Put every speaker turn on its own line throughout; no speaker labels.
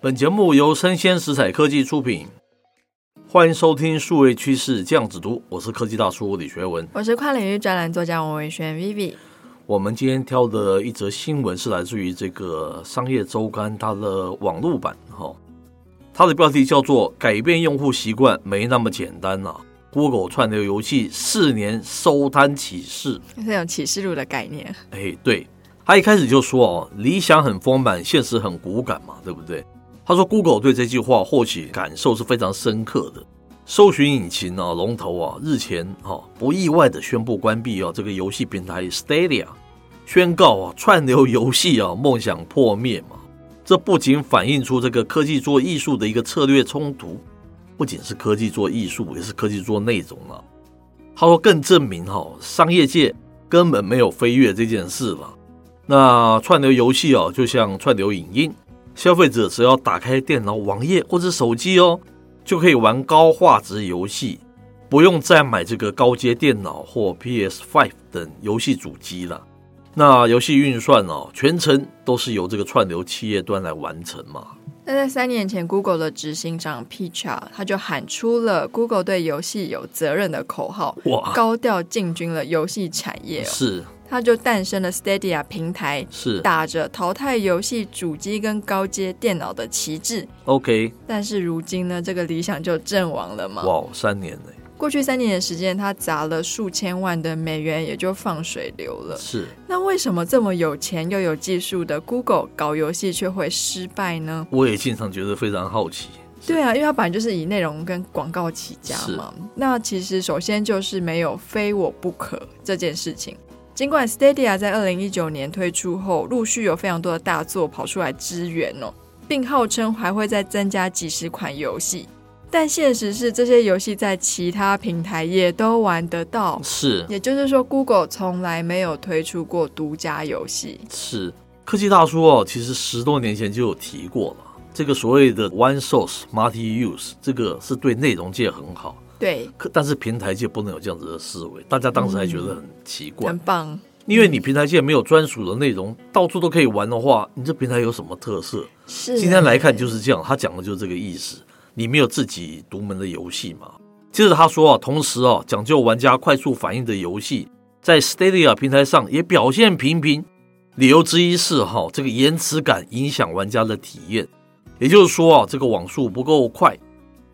本节目由生鲜食材科技出品，欢迎收听数位趋势酱子读，我是科技大叔李学文。
我是跨领域专栏作家王维轩 Vivi。
我们今天挑的一则新闻是来自于这个《商业周刊》它的网络版哈、哦，它的标题叫做“改变用户习惯没那么简单啊 ”，Google 串流游戏四年收摊启事。
这种启示录的概念，
哎，对，他一开始就说哦，理想很丰满，现实很骨感嘛，对不对？他说 Google 对这句话或许感受是非常深刻的。搜寻引擎啊，龙头啊，日前啊不意外的宣布关闭啊这个游戏平台 Stadia，宣告啊串流游戏啊梦想破灭嘛。这不仅反映出这个科技做艺术的一个策略冲突，不仅是科技做艺术，也是科技做内容啊了、他说更证明哈、商业界根本没有飞跃这件事了。那串流游戏哦，就像串流影音，消费者只要打开电脑网页或者手机哦，就可以玩高画质游戏，不用再买这个高阶电脑或 PS5 等游戏主机了。那游戏运算哦，全程都是由这个串流企业端来完成嘛。
那在三年前，Google 的执行长 Pichar 他就喊出了 Google 对游戏有责任的口号，
哇，
高调进军了游戏产业、哦，
是
他就诞生了 Stadia 平台，
是
打着淘汰游戏主机跟高阶电脑的旗帜。
，OK，
但是如今呢，这个理想就阵亡了嘛。
哇，三年呢，
过去三年的时间，他砸了数千万的美元，也就放水流了。
是。
那为什么这么有钱又有技术的 Google 搞游戏却会失败呢？
我也经常觉得非常好奇。
对啊，因为它本来就是以内容跟广告起家嘛。那其实首先就是没有非我不可这件事情。尽管 Stadia 在二零一九年推出后，陆续有非常多的大作跑出来支援哦，并号称还会再增加几十款游戏。但现实是，这些游戏在其他平台也都玩得到。
是
也就是说，Google 从来没有推出过独家游戏。
是，科技大叔哦，其实十多年前就有提过了。这个所谓的 one source multi use，这个是对内容界很好，
对，
可但是平台界不能有这样子的思维。大家当时还觉得很奇怪，
很棒。
因为你平台界没有专属的内容，到处都可以玩的话，你这平台有什么特色？
是
今天来看就是这样，他讲的就是这个意思。你没有自己独门的游戏嘛？接着他说啊，同时啊，讲究玩家快速反应的游戏，在 Stadia 平台上也表现平平。理由之一是哈、这个延迟感影响玩家的体验，也就是说啊，这个网速不够快，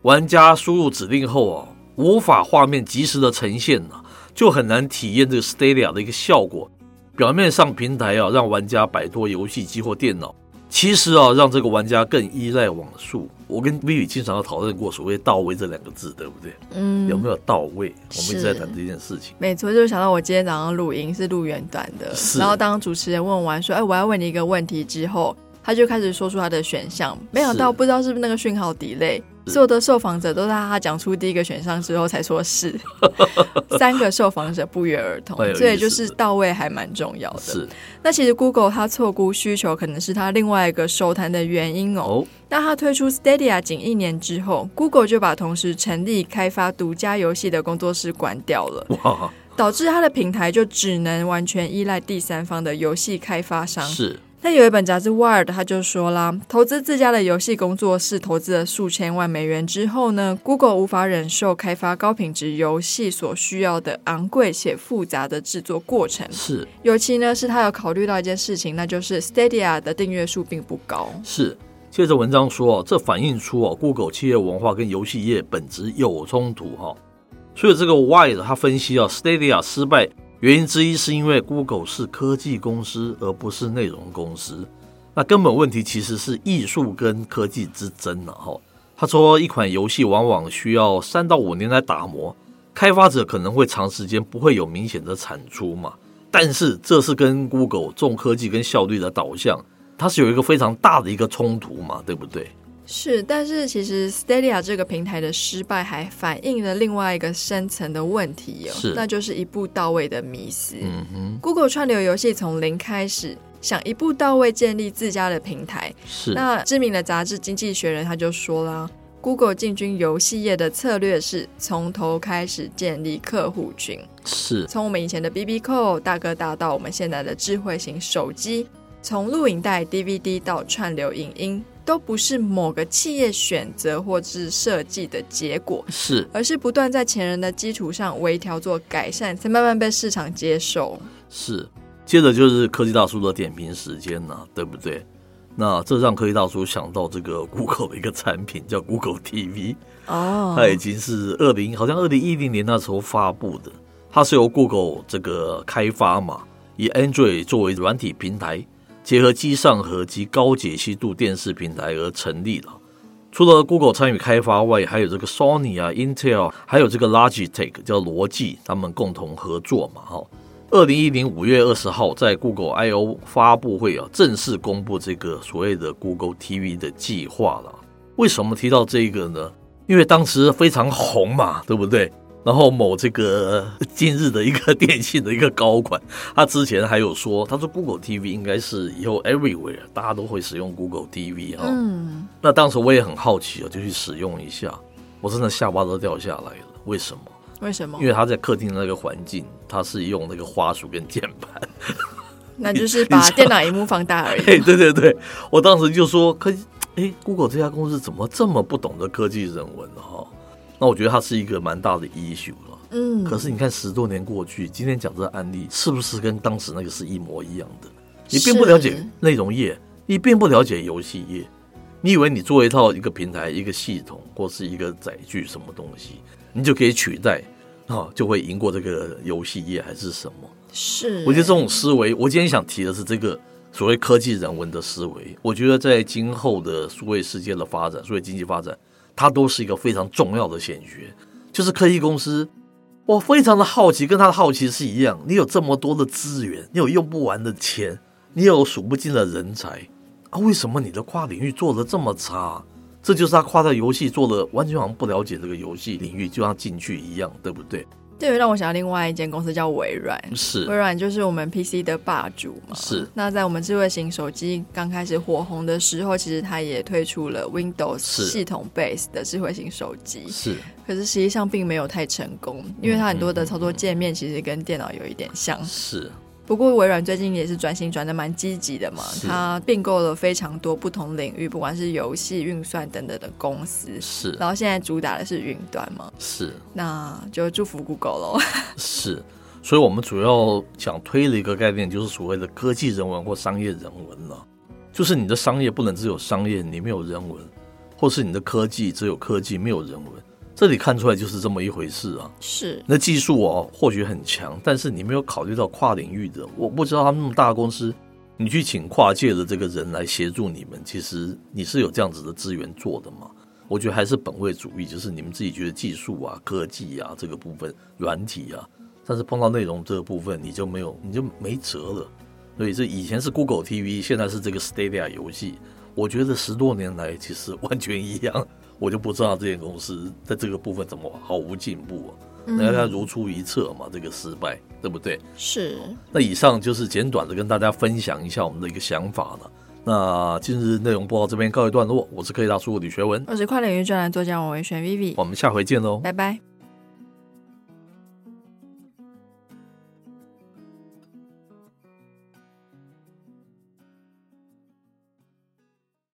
玩家输入指令后啊，无法画面及时的呈现呢、就很难体验这个 Stadia 的一个效果。表面上平台啊，让玩家摆脱游戏机或电脑，其实啊，让这个玩家更依赖网速。我跟 Vivi 经常讨论过所谓“到位”这两个字，对不对？
嗯，
有没有到位？我们一直在
是
谈这件事情。
没错，就是想到我今天早上录音是录远短的
是，
然后当主持人问完说：“哎，我要问你一个问题。”之后，他就开始说出他的选项，没想到
是
不知道是不是那个讯号 delay，
是
所有的受访者都在他讲出第一个选项之后才说 是，三个受访者不约而同
蛮有，意思的
所以就是到位还蛮重要的。
是
那其实 Google 它错估需求可能是它另外一个收摊的原因哦。
哦，
那它推出 Stadia 仅一年之后，Google 就把同时成立开发独家游戏的工作室关掉了。
哇，
导致它的平台就只能完全依赖第三方的游戏开发商。
是
那有一本杂志《Wired》，它就说啦，投资自家的游戏工作室投资了数千万美元之后呢，Google 无法忍受开发高品质游戏所需要的昂贵且复杂的制作过程。
是
尤其呢，是它有考虑到一件事情，那就是 Stadia 的订阅数并不高。
是。接着文章说，这反映出哦，Google 企业文化跟游戏业本质有冲突哈、所以这个 Wise 他分析啊，Stadia 失败原因之一是因为 Google 是科技公司而不是内容公司。那根本问题其实是艺术跟科技之争了、哈、他说，一款游戏往往需要三到五年来打磨，开发者可能会长时间不会有明显的产出嘛。但是这是跟 Google 重科技跟效率的导向，它是有一个非常大的一个冲突嘛，对不对？
是，但是其实 Stadia 这个平台的失败，还反映了另外一个深层的问题哦，
是
那就是一步到位的迷思。
嗯哼，
Google 串流游戏从零开始，想一步到位建立自家的平台。
是
那知名的杂志《经济学人》他就说啦，Google 进军游戏业的策略是从头开始建立客户群，
是
从我们以前的 BB 扣大哥大到我们现在的智慧型手机。从录影带、DVD 到串流影音，都不是某个企业选择或是设计的结果，
是
而是不断在前人的基础上微调做改善，才慢慢被市场接受。
是。接着就是科技大叔的点评时间呐、对不对？那这让科技大叔想到这个 Google 的一个产品叫 Google TV，
哦
它已经是二零好像二零一零年那时候发布的，它是由 Google 这个开发嘛，以 Android 作为软体平台，结合机上盒及高解析度电视平台而成立了。除了 Google 参与开发外，还有这个 Sony 啊、Intel，还有这个 Logitech 叫罗技，他们共同合作嘛，哈、二零一零五月二十号，在 Google I O 发布会啊，正式公布这个所谓的 Google TV 的计划了。为什么提到这个呢？因为当时非常红嘛，对不对？然后某这个呃近日的一个电信的一个高管，他之前还有说，他说 Google TV 应该是以后 everywhere 大家都会使用 Google TV 哈、
嗯，
那当时我也很好奇啊，就去使用一下，我真的下巴都掉下来了。为什么？
为什么
因？为他在客厅的那个环境，他是用那个花束跟键盘。
那就是把电脑荧幕放大而
嘿，
已。
对对对，我当时就说科技，哎，Google 这家公司怎么这么不懂得科技人文哈、哦？那我觉得它是一个蛮大的 issue 了。
嗯，
可是你看十多年过去，今天讲这个案例，是不是跟当时那个是一模一样的？你并不了解
是
内容业，你并不了解游戏业，你以为你做一套一个平台、一个系统或是一个载具什么东西，你就可以取代啊，就会赢过这个游戏业还是什么？
是，
我觉得这种思维，我今天想提的是这个所谓科技人文的思维。我觉得在今后的数位世界的发展、数位经济发展，它都是一个非常重要的显学。就是科技公司，我非常的好奇，跟他的好奇是一样。你有这么多的资源，你有用不完的钱，你有数不尽的人才啊，为什么你的跨领域做的这么差？这就是他跨到游戏做的，完全好像不了解这个游戏领域，就像进去一样，对不对？
这也让我想到另外一间公司叫微软。
是
微软就是我们 PC 的霸主嘛。
是
那在我们智慧型手机刚开始火红的时候，其实它也推出了 Windows
是
系统 base 的智慧型手机，
是，
可是实际上并没有太成功，因为它很多
嗯
的操作界面其实跟电脑有一点像。
是
不过微软最近也是转型转的蛮积极的嘛，
是
它并购了非常多不同领域，不管是游戏、运算等等的公司。
是
然后现在主打的是云端嘛，
是。
那就祝福 Google 喽。
是，所以我们主要想推的一个概念就是所谓的科技人文或商业人文了、就是你的商业不能只有商业，你没有人文，或是你的科技只有科技没有人文，这里看出来就是这么一回事啊。
是，
那技术哦，或许很强，但是你没有考虑到跨领域的，我不知道他们那么大的公司，你去请跨界的这个人来协助你们，其实你是有这样子的资源做的嘛？我觉得还是本位主义，就是你们自己觉得技术啊、科技啊这个部分、软体啊，但是碰到内容这个部分，你就没有，你就没辙了。所以这以前是 Google TV，现在是这个 Stadia 游戏，我觉得十多年来其实完全一样，我就不知道这些公司在这个部分怎么毫无进步啊。那
嗯
要如出一辙嘛，这个失败，对不对？
是，
那以上就是简短的跟大家分享一下我们的一个想法了。那今日内容播到这边告一段落，我是科技大叔李学文，哦
我是跨领域专栏作家王维璇 Vivi，
我们下回见喽，
拜拜。